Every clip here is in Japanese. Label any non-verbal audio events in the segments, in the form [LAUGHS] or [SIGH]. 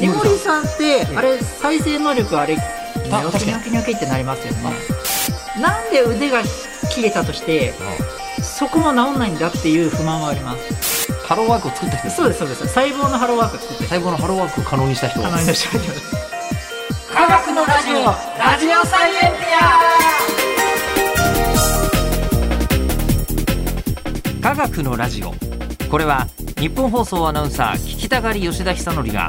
井森さんって、あれ再生能力あれニあョ確キニかョキニョキってなりますよねなんで腕が切れたとしてそこも治んないんだっていう不満はありますハローワークを作った人そうですそうです細胞のハローワーク作って細胞のハローワークを可能にした人あ [LAUGHS] のいらっしゃる科学のラジオラジオサイエンティア科学のラジオこれは日本放送アナウンサー聞きたがり吉田久典が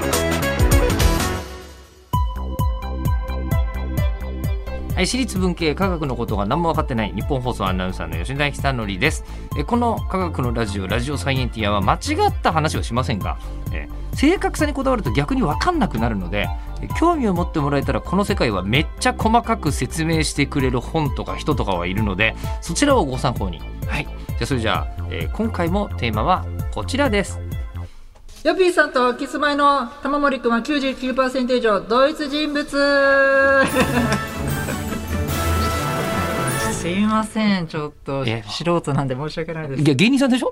はい、私立文系科学のことが何も分かってない日本放送アナウンサーの吉田久典ですえこの科学のラジオラジオサイエンティアは間違った話はしませんがえ正確さにこだわると逆に分かんなくなるのでえ興味を持ってもらえたらこの世界はめっちゃ細かく説明してくれる本とか人とかはいるのでそちらをご参考にはいじゃあそれじゃあ、えー今回もテーマはこちらですヨピーさんとキスマイの玉森くんは99%以上同一人 [LAUGHS] 物すいませんちょっとえ素人なんで申し訳ないですいや芸人さんで [LAUGHS] しょ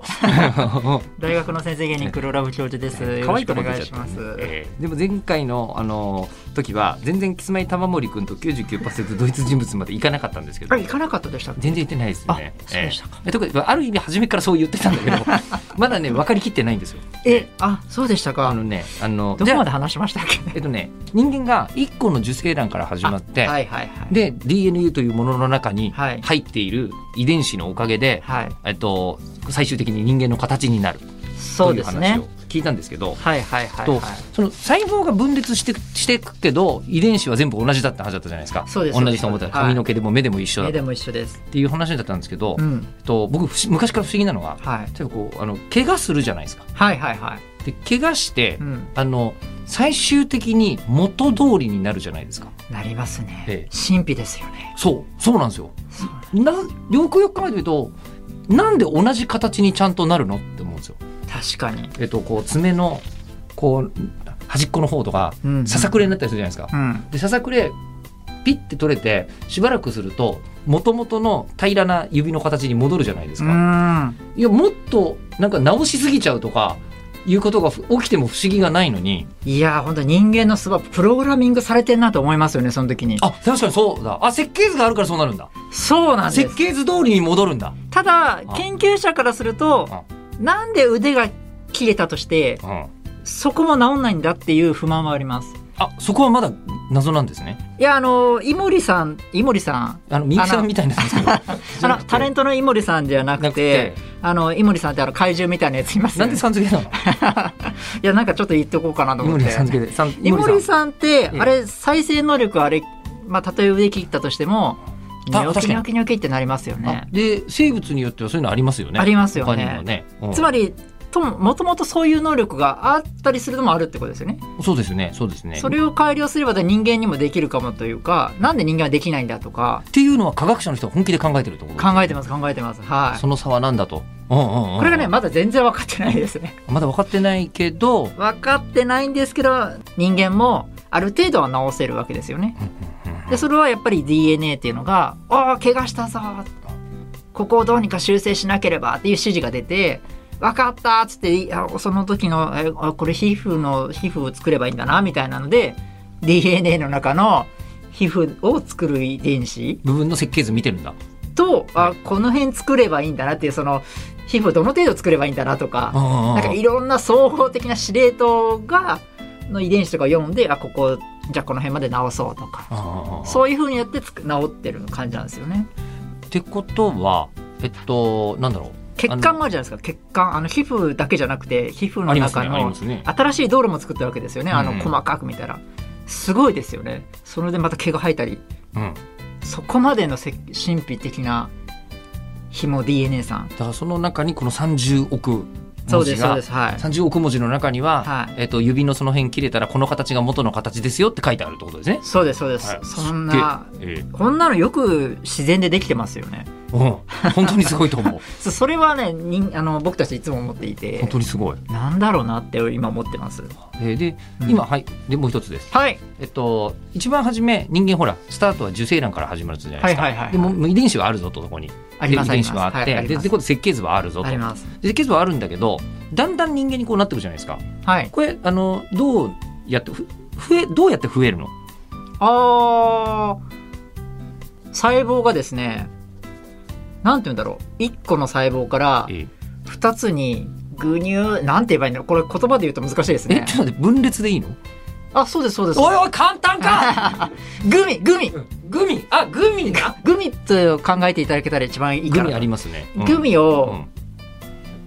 大学の先生芸人黒ラブ教授ですよ可ろ愛いしとくお思っ願ていちしゃったますえーでも前回の、あのー時は全然キスマイ玉森君と99%ドイツ人物まで行かなかったんですけどあれ行かなかったでしたっけ全然行ってないですねあそうでしたかえー特にある意味初めからそう言ってたんだけど [LAUGHS] まだね分かりきってないんですよえあそうでしたあかのねあのどじこゃまであ話しましたっけえっとね人間が1個の受精卵から始まって、はいはいはいで DNA というものの中にはい入っている遺伝子のおかげで、はいえっと、最終的に人間の形になるそとういうです話ねを聞いたんですけどはいはいはいと、はいその細胞が分裂してしてくけど遺伝子は全部同じだって話だったじゃないですかそうです同じと思ったらはい髪の毛でも目でも一緒だ目っでも一緒ですていう話だったんですけど、うんと僕不思昔から不思議なのがはい例えばこうあの怪我するじゃないですか。はいはいはいで怪我して、うんあの最終的に元通りになるじゃないですか。なりますね、ええ神秘ですよねそうそうなんですよ。そうなよくよく考えてみるとなんで同じ形にちゃんとなるのって思うんですよ。確かに、えっとこう爪のこう端っこの方とかうんささくれになったりするじゃないですうか。んでささくれピッて取れてしばらくすると元々の平らな指の形に戻るじゃないですうか、んいやもっとなんか直しすぎちゃうとかいうことがふ起きても不思議がないのにいやー本当人間のすばプログラミングされてんなと思いますよねその時にあ確かにそうだあ設計図があるからそうなるんだそうなんで設す計図通りに戻るんだ、ただ研究者からするとなんで腕が切れたとしてうん、そこも治んないんだっていう不満はありますあそこはまだ謎なんですねいやあのー井森さん井森さんあのみゆきさんみたいなんですけど [LAUGHS] あのタレントトの井森さんじゃなくなくててあの井森さんってあの怪獣みたいなやついますよなんねでさん付けなのいやなんかちょっと言っておこうかなと井思っ森てさん付けでさん井森さんってええあれ再生能力あれまあたとえ腕切ったとしてもニあョ確キかにニョキニョキってなりますよねあで生物によってはそういうのありますよねありますよね他にもね、うんつまりとももともとそういう能力があったりするのもあるってことですよねそうですねそうですねそれを改良すれば人間にもできるかもというかなんで人間はできないんだとかっていうのは科学者の人は本気で考えてるってこと考えてます考えてますはそいの差は何だと、うんうんうんうんこれがねまだ全然分かってないですね [LAUGHS] まだ分かってないけど、うん分かってないんですけど人間もある程度は治せるわけですよねうんうんでそれはやっぱり DNA っていうのが「ああ怪我したぞ」ここをどうにか修正しなければっていう指示が出て「分かった」っつっていあその時のえあこれ皮膚の皮膚を作ればいいんだなみたいなので DNA の中の皮膚を作る遺伝子部分の設計図見てるんだとあこの辺作ればいいんだなっていうその皮膚をどの程度作ればいいんだなとかなんかいろんな総合的な司令塔がの遺伝子とかを読んであここじゃあこの辺まで直そうとか。そそういうふうにやってつく治ってる感じなんですよね。うってことはえっとなんだろ血管もあるじゃないですか。血管、あの皮膚だけじゃなくて、皮膚うのあります中ねありのますね新しい道路も作ったわけですよね。あのうん細かく見たら。すごいですよね。それでまた毛が生えたり、うん、そこまでのせ神秘的な紐 DNA さん。だからその中にこの30億そ文うで字すそうがですはい30億文字の中には、はいえっと指のその辺切れたらこの形が元の形ですよって書いてあるってことですね。そうですそうです、はいそんなすっげええこんなのよく自然でできてますよねえうん、本当にすごいと [LAUGHS] 思うそそれはね人あの僕たちいつも思っていて本当にすごい。なんだろうなって今思ってますえーで、うん今はいでもう一つです。はいえっと一番初め人間ほらスタートは受精卵から始まるじゃないですか。はいはいはいはいでももう遺伝子はあるぞとそこに。ありますで遺伝子はあって、はいありでますでこれ設計図はあるぞと。ありますで設計図はあるんだけどだんだん人間にこうなってくるじゃないですか。はいこれあのどうやってふ増えどうやって増えるの？あー細胞がですねなんて言うんだろう1個の細胞からえ2つにぐにゅーなんて言えばいいんだろうこれ言葉で言うと難しいですえねちょっと待って分裂でいいの？あそうですそうですおいおい簡単か。グミグミグミあグミな。グミと考えていただけたら一番いいグかミあなりますね。うんグミを、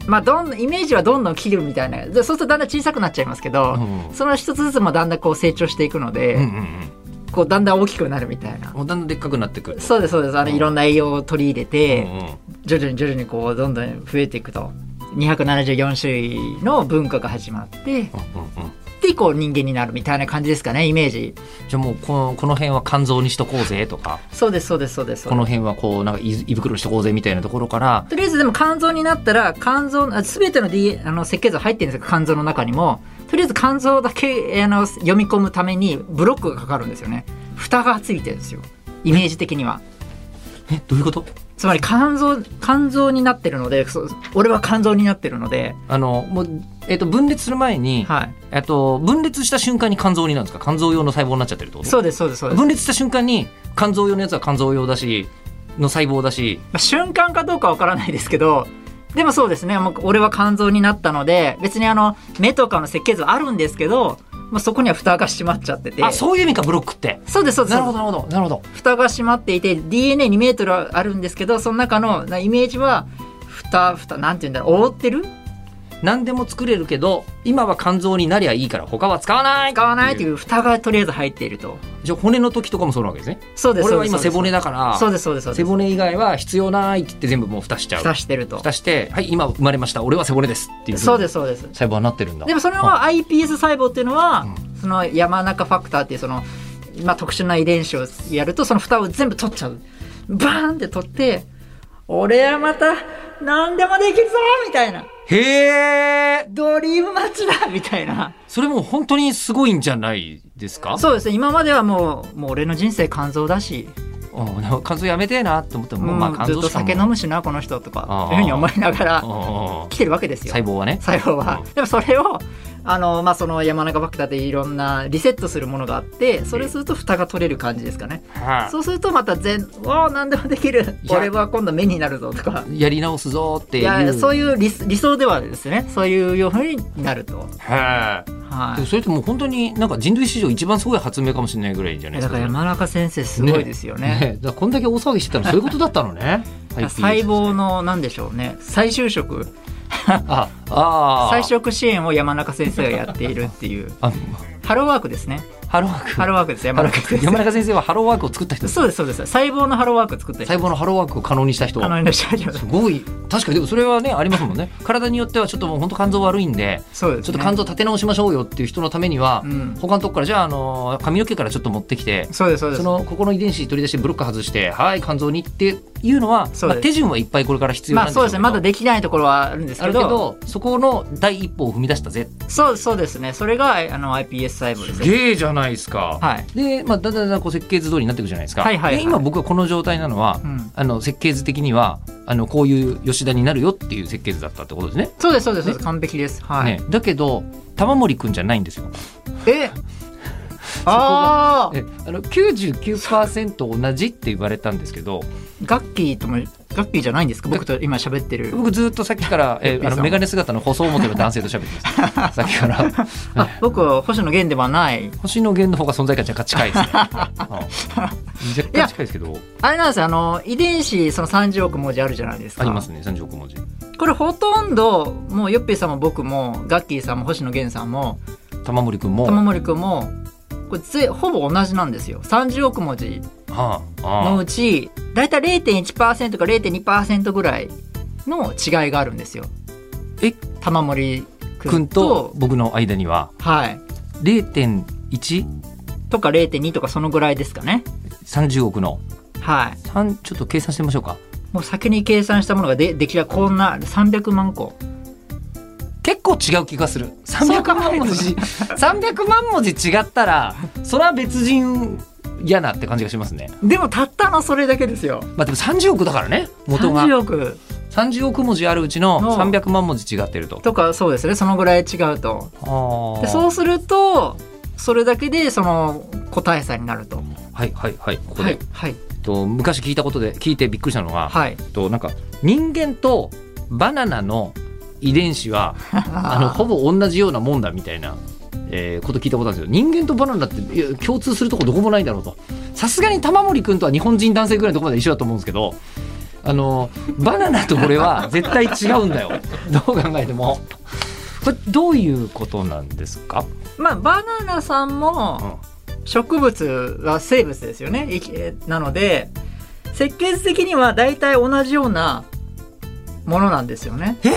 うんまあどんイメージはどんどん切るみたいなでそうするとだんだん小さくなっちゃいますけど、うんその一つずつもだんだんこう成長していくので、うんうんうんこうだんだん大きくなるみたいな。もうだんだんでっかくなってくる。そうですそうですあの、うんいろんな栄養を取り入れうんて、うん徐々に徐々にこうどんどん増えていくと274種類の文化が始まってうんうんうんでこう人間になるみたいな感じですかねイメージじゃあもうこのこの辺は肝臓にしとこうぜとかそうですそうですそうですこの辺はこうなんか胃胃袋にしとこうぜみたいなところからとりあえずでも肝臓になったら肝臓あ全ての,、D、あの設計図入ってるんですよ肝臓の中にもとりあえず肝臓だけあの読み込むためにブロックがかかるんですよね蓋がついてるんですよイメージ的にはえどういうことつまり肝臓肝臓になってるのでそう俺は肝臓になってるのであのもう、えっと分裂する前に、はいえっと分裂した瞬間に肝臓になるんですか肝臓用の細胞になっちゃってるってことそうですそうですそうです、ま分裂した瞬間に肝臓用のやつは肝臓用だしの細胞だしあ瞬間かどうかわからないですけどでもそうですねもう俺は肝臓になったので別にあの目とかの設計図はあるんですけど、まあ、そこには蓋が閉まっちゃっててあそういう意味かブロックってそうですそうですなるほどなるほどなるほど蓋が閉まっていて DNA2 メートルあるんですけどその中のなイメージは蓋蓋なんて言うんだろう覆ってる何でも作れるけど今は肝臓になりゃいいから他は使わない使わないというう蓋がとりあえず入っているとじゃあ骨の時とかもそうなわけですねそうです俺そうはです今背骨だからそうですそうですそう背です骨以外は必要ないって言って全部もう蓋しちゃう蓋してると蓋してはい今生まれました俺は背骨ですっていうふにそうですそうです細胞になってるんだでもそれは iPS 細胞っていうのは、うその山中ファクターっていうその、まあ、特殊な遺伝子をやるとその蓋を全部取っちゃうバーンって取って俺はまた何でもできるぞみたいなへえドリームマッチだみたいなそれもう本当にすごいんじゃないですかそうですね今まではもうもう俺の人生肝臓だし、うんでも肝臓やめてえなって思っても、まあうん肝ずっ臓としかも酒飲むしなこの人とあかーいうふうに思いながうらんうんうん来てるわけですよ細胞はね細胞はうでもそれをあの、まあ、その山中バクターでいろんなリセットするものがあってそれすると蓋が取れる感じですかねはいそうするとまた全「おお何でもできるいや俺は今度目になるぞ」とか。やり直すぞっていいうやそういういう理理想ではですねそういうようになると、はいは、でもそれってもう本当になんか人類史上一番すごい発明かもしれないぐらいじゃないいだですかからね。山中先生すごいですよねねだからこんだけ大騒ぎしてたのそういうことだった [LAUGHS] のね。細胞の何でしょうね再就職ああ再就最初職支援を山中先生がやっているっていうあハローワークですねハローワークハローワークです山中先山生中先生はハローワークを作った人ですそうですそうです細胞のハローワーク作った人細胞のハローワークを可能にした人あのいらっしゃるすごい確かにでもそれはねありますもんね体によってはちょっともう本当肝臓悪いんでそうです、ちょね、っと肝臓立て直しましょうよっていう人のためには、うん他のとこからじゃああの髪の毛からちょっと持ってきてそうですそうでそすのここの遺伝子取り出してブロック外してはい肝臓にっていうのはそうですまあ手順はいっぱいこれから必要なんまあですけそうどですねまだできないところはあるんですけあるけどどそこの第一歩を踏み出したぜそうそうですねそれがあの iPS 細胞ですねゲーじゃないですかはい、で、まあ、だんだんだんだんこう設計図通りになっていくじゃないですか、はいはいはいで今僕がこの状態なのは、うん、あの設計図的にはあのこういう吉田になるよっていう設計図だったってことですね。そうですそうです、完璧ですはい、ねだけど玉森くんじゃないんですよ。 [LAUGHS] えああえあの99%同じって言われたんですけどガッキーともガッキーじゃないんですか僕と今喋ってる僕ずっとさっき [LAUGHS] から、えあのメガネ姿の細表の男性と喋ってましたさっきからあ僕は星野源ではない星野源の方が存在感若干近いです [LAUGHS] ね。うん若干近いですけどあれなんですよあの遺伝子その30億文字あるじゃないですかありますね30億文字。これほとんどもうヨッピーさんも僕もガッキーさんも星野源さんも玉森くんも、玉森くんもこれぜほぼ同じなんですよ30億文字はあはあのうちだいたい0.1%か0.2%ぐらいの違いがあるんですよえ玉森く君んとと僕の間にははい、 0.130とか0.2とかそのぐらいですかね億のはい3ちょっと計算してみましょうかもう先に計算したものがでできたこんな300万個結構違う気がする300万文字300万 [LAUGHS] 文字違ったらそれは別人嫌なって感じがしますねでもたったのそれだけですよまあでも30億だからね元が30億 30, 億文字あるうちのの300万文字違ってるととかそうですねそのぐらい違うとあであそうするとそれだけでその答え差になるとはいはいはいここで、はいはいと昔聞いたことで聞いてびっくりしたのが、はいとなんか人間とバナナの遺伝子はあのほぼ同じようなもんだみたいな、えーこと聞いたことあるんですよ人間とバナナっていや共通するとこどこもないんだろうとさすがに玉森君とは日本人男性ぐらいのところまで一緒だと思うんですけどあのバナナとこれ [LAUGHS] は絶対違うんだよどう考えても。これどういうことなんですか、まあバナナさんも植物は生物ですよねいきなので設計図的には大体同じようなものなんですよねえ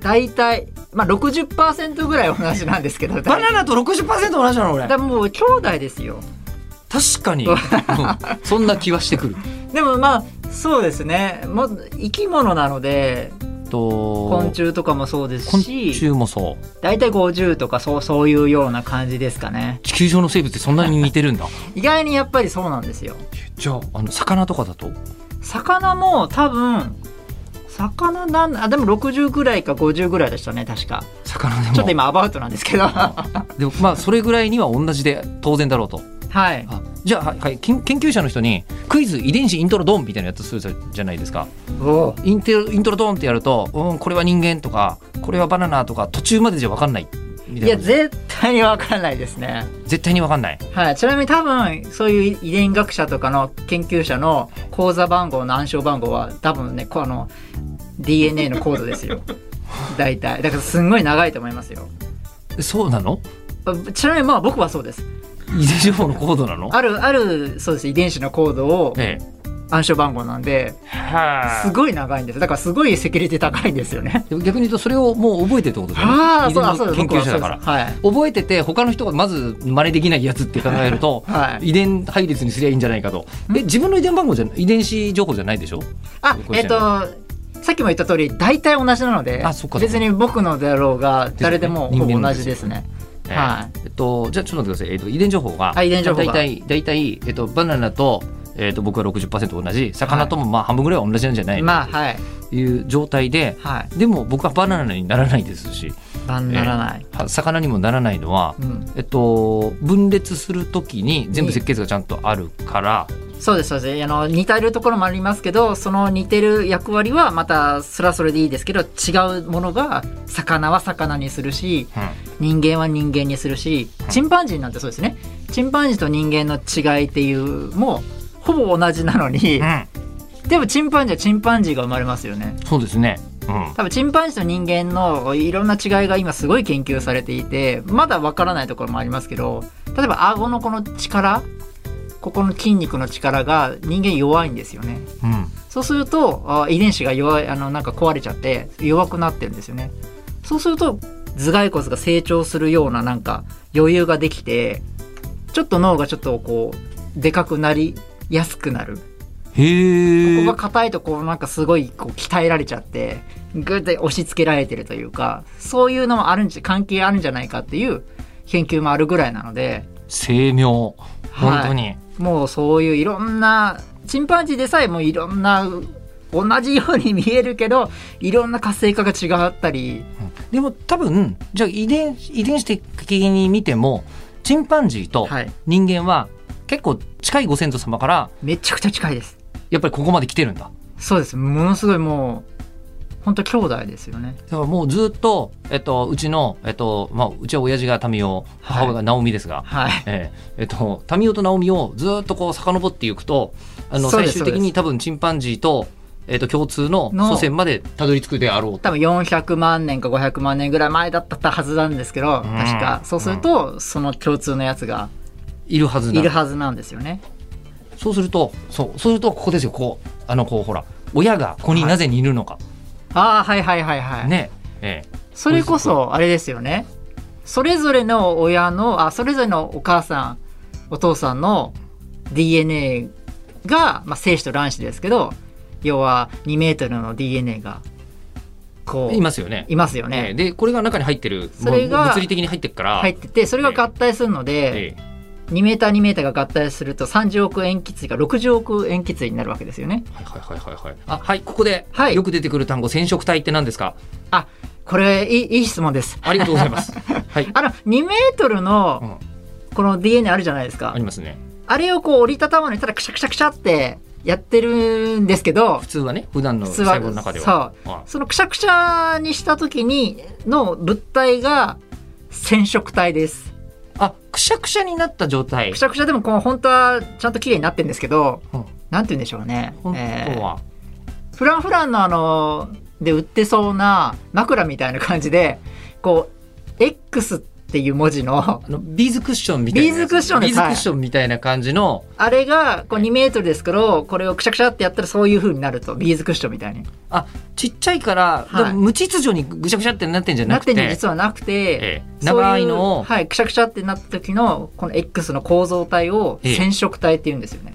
大体まあ60%ぐらい同じなんですけどバナナと60%同じなの俺だからもう兄弟ですよ確かに、うんそんな気はしてくる。でもまあそうですねもう生き物なのでと昆虫とかもそうです昆虫しもそう大体50とかそうそういうような感じですかね地球上の生物ってそんなに似てるんだ意外にやっぱりそうなんですよじゃああの魚とかだと魚も多分魚なんあでも60ぐらいか50ぐらいでしたね確か魚でもちょっと今アバウトなんですけどはでもまあそれぐらいには同じで当然だろうといあじゃあ、はいはい、研研究者の人にクイズ遺伝子イントロドンみたいなやつするじゃないですかおインテロイントロドンってやると、うん、これは人間とかこれはバナナとか途中までじゃ分かんないみたいいなや感じ絶対に分からないですね絶対に分かんないはい、ちなみに多分そういう遺伝学者とかの研究者の口座番号の暗証番号は多分ねこうあの DNA のコードですよ大体だからすんごい長いと思いますよそうなのちなみにまあ僕はそうです遺伝情報のコードなのあるあるそうです遺伝子のコードをええ暗証番号なんではすごい長いんですだからすごいセキュリティ高いんですよ [LAUGHS] ね逆に言うとそれをもう覚えてるってことですよねああ遺そうだ伝そうのだ研僕は究そ者うでだすからはい覚えてて他の人がまず真似できないやつって考える [LAUGHS] とはい遺伝配列にすりゃいいんじゃないかとえ自分の遺伝番号じゃ遺伝子情報じゃないでしょあこうえしってんとさっきも言った通り大体同じなのであそっかそっか別に僕のだろうが誰でもですほよぼね人同間のじですねえはえっとじゃあちょっと待ってください、えっと、遺伝情報があ遺伝情報がだいたいだいたいえっとバナナとえっと僕は60%同じ魚ともまあ半分ぐらいは同じなんじゃないまあはいという状態ではいでも僕はバナナにならないですしバンならない、は魚にもならないのはうん、えっと分裂するときに全部設計図がちゃんとあるからそうですそうですあの似てるところもありますけどその似てる役割はまたそれはそれでいいですけど違うものが魚は魚にするしうん人間は人間にするしチンパンジーなんてそうですねチンパンジーと人間の違いっていうもうほぼ同じなのにうんでもチンパンジーはチンパンジーが生まれますよねそうですねうん多分チンパンジーと人間のいろんな違いが今すごい研究されていてまだわからないところもありますけど例えば顎のこの力ここの筋肉の力が人間弱いんですよねうんそうするとあ遺伝子が弱いあのなんか壊れちゃって弱くなってるんですよねそうすると頭蓋骨が成長するようななんか余裕ができてちょっと脳がちょっとこうでかくなりやすくなるここへえが。硬いとこうなんかすごいこう鍛えられちゃってグッて押し付けられてるというかそういうのもあるんじゃ関係あるんじゃないかっていう研究もあるぐらいなので精妙。はい本当に。もうそういういろんなチンパンジーでさえもいろんな同じように見えるけどいろんな活性化が違ったりでも多分、じゃあ遺伝子、遺伝子的に見ても、チンパンジーとはい人間は結構近いご先祖様から、めちゃくちゃ近いですやっぱりここまで来てるんだ。そうですものすごいもう本当兄弟ですよねだからもうずっと、えっと、うちの、えっと、まあ、うちは親父が民オ、母親がナオミですが、はいえええっと、タミオとナオミをずっとこう遡っていくとあのそう最です終的に多分チンパンジーと,、えっと、共通のの祖先までたどり着くであろう多分400万年か500万年ぐらい前だったはずなんですけど、ん確かそうすると、その共通のやつがいるはずないるはずなんですよねそうすると、そう、そうすると、ここですよ、こう、あの、こう、ほら、親が子になぜ似るのか、ああはいはいはいはい、ね、ええ、それこそあれですよねそれぞれの親のあそれぞれのお母さんお父さんの DNA が、まあ、精子と卵子ですけど要は2メートルの DNA がこういますよね。いますよええねでこれが中に入ってるそれがもう物理的に入ってるから、入っててそれが合体するのでええ2メーター2メーターが合体すると30億塩基対が60億塩基対になるわけですよね。はいはいはいはいはい。あはいここで、はいよく出てくる単語染色体って何ですか。これいいいい質問です。ありがとうござ [LAUGHS] います。はい。あの2メートルうのん、この DNA あるじゃないですかあり。ますね。あれをこう折りたたまにただくしゃくしゃくしゃってやってるんですけど普通はね普段の普通細は胞の中では。あそのくしゃくしゃにした時にの物体が染色体ですあくしゃくしゃになった状態くし。ゃくしゃでもこう本当はちゃんと綺麗になってるんですけど、うんなんて言うんでしょうね、本当えーは、フランフランのあので売ってそうな枕みたいな感じでこう X っていう文字のあのビーズクッションみたいなやつ。ビーズクッションですビーズクッションみたいな感じの、あれがこう2メートルですけどこれをくしゃくしゃってやったらそういう風になるとビーズクッションみたいにちっちゃいから、はいでも無秩序にぐしゃぐしゃってなってんじゃななっくてて。んじゃ実はなくて、ええそうう長いのをはい、くしゃくしゃってなった時のこの X の構造体をええ染色体って言うんですよね、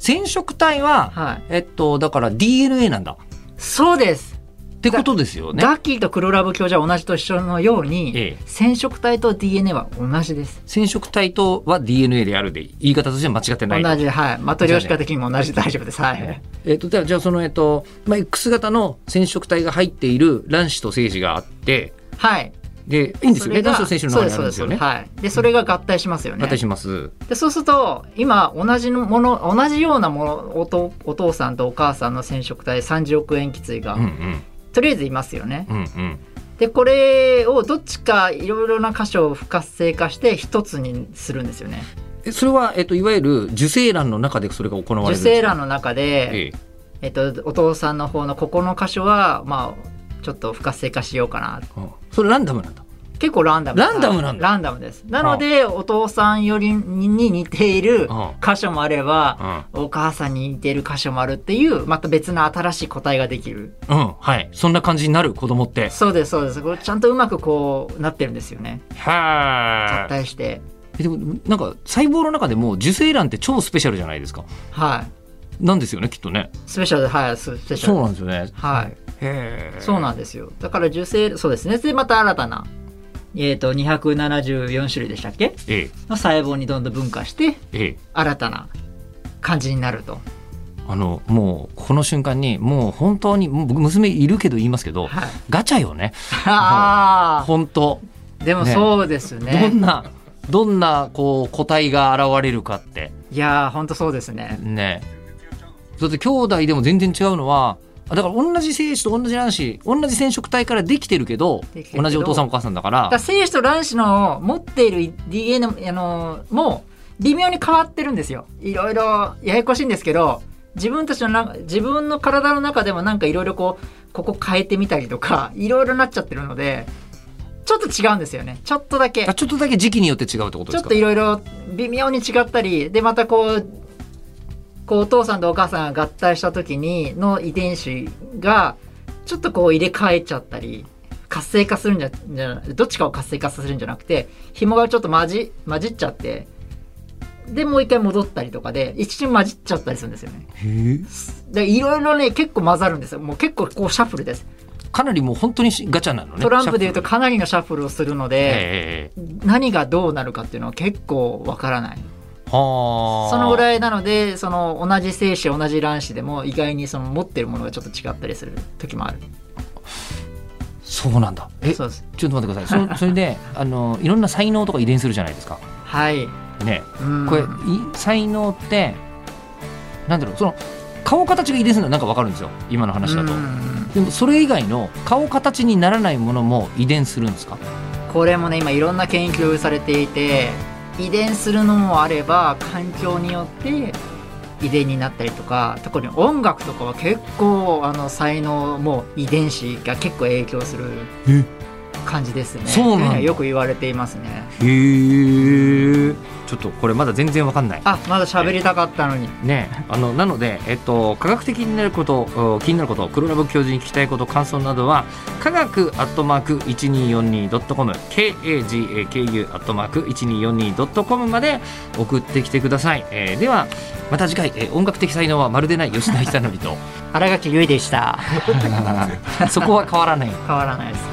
染色体は、はいえっとだから DNA なんだっそうです、てことですよね。ガッキーと黒ラブ教授は同じと一緒のように、ええ染色体と DNA は同じです染色体とは DNA であるで言い方としては間違ってな同い。じはいマトリョーシカ的にも同じで大丈夫ですはえいっと、ではじゃあその、えっとまあ、X 型の染色体が入っている卵子と精子があってはいでいいんですよそれねが卵子と精子の中にあるんですよね。そうですそうですはいでそれが合体しますよね合体します。でそうすると今同じのもの同じようなものおとお父さんとお母さんの染色体30億円気椎が、うんうんとりあえずいますよね。うんうん。でこれをどっちかいろいろな箇所を不活性化して一つにするんですよね。えそれは、えっと、いわゆる受精卵の中でそれが行われるん受ですか精卵の中で、えええっと、お父さんの方のここの箇所はまあちょっと不活性化しようかなうんそれランダムなんだ。結構ランダムですランダムなんだランダムですなのでお父さんよりにに似ているうん箇所もあればうんお母さんに似ている箇所もあるっていうまた別の新しい個体ができるうん、はい。そんな感じになる子供って。そうですそうですこれちゃんとうまくこうなってるんですよね合はあ。体してえでも、なんか、細胞の中でも受精卵って超スペシャルじゃないですか。はいなんですよね、きっとね。スペシャルではいスペシャそうルなんですよね。はいへえ。そうななんですよだから受精そうですねでまた新たなえー、と274種類でしたっけえの細胞にどんどん分化してえ、ええ。新たな感じになるとあの、もう、この瞬間に、もう本当に、もう僕、娘いるけど言いますけど、はいガチャよね。あ本当。あでもねそうですねどんな、どんな、こう、個体が現れるかって。いやーほんとそうですねねだって兄弟でも全然違うのはあだから同じ精子と同じ卵子同じ染色体からできてるけどできてるけど同じお父さんお母さんだからだから精子と卵子の持っている DNA のあのーもう微妙に変わってるんですよいろいろややこしいんですけど自分たちのな自分の体の中でもなんかいろいろこうここ変えてみたりとかいろいろなっちゃってるのでちょっと違うんですよねちょっとだけあちょっとだけ時期によって違うってことちでょっすかといろいろ微妙に違ったりでまたこうこうお父さんとお母さんが合体した時にの遺伝子がちょっとこう入れ替えちゃったり活性化するんじゃじゃどっちかを活性化させるんじゃなくて紐がちょっと混じ混じっちゃってでもう一回戻ったりとかで一瞬混じっちゃったりするんですよねへえでいろいろね結構混ざるんですよもう結構こうシャッフルですかなりもう本当にガチャなのねトランプでいうとシャッフルかなりのシャッフルをするのでえええ何がどうなるかっていうのは結構わからないえはあそのぐいらいなのでその同じ精子同じ卵子でも意外にその持ってるものがちょっと違ったりする時もあるそうなんだえちょそうですっと待ってくだ [LAUGHS] さいそそれであのいろんな才能とか遺伝するじゃないですかはいねうんこれ、い才能ってなんだろうその顔形が遺伝するのはなんかわかるんですよ今の話だと、うんでもそれ以外の顔形にならないものも遺伝するんですかこれもね今いろんな研究されていて遺伝するのもあれば環境によって遺伝になったりとか特に音楽とかは結構あの才能も遺伝子が結構影響する感じですねそうなんだといのはよく言われていますねへえちょっとこれまだ全然わかんないあまだ喋りたかったのにねあのなので、えっと、科学的になることお気になること黒ラブ教授に聞きたいこと感想などは科学アットマーク 1242.com KAGAKU アットマーク 1242.com まで送ってきてください、えーではまた次回、えー音楽的才能はまるでない吉田久典と新垣結衣でしたそこは変わらない変わらないです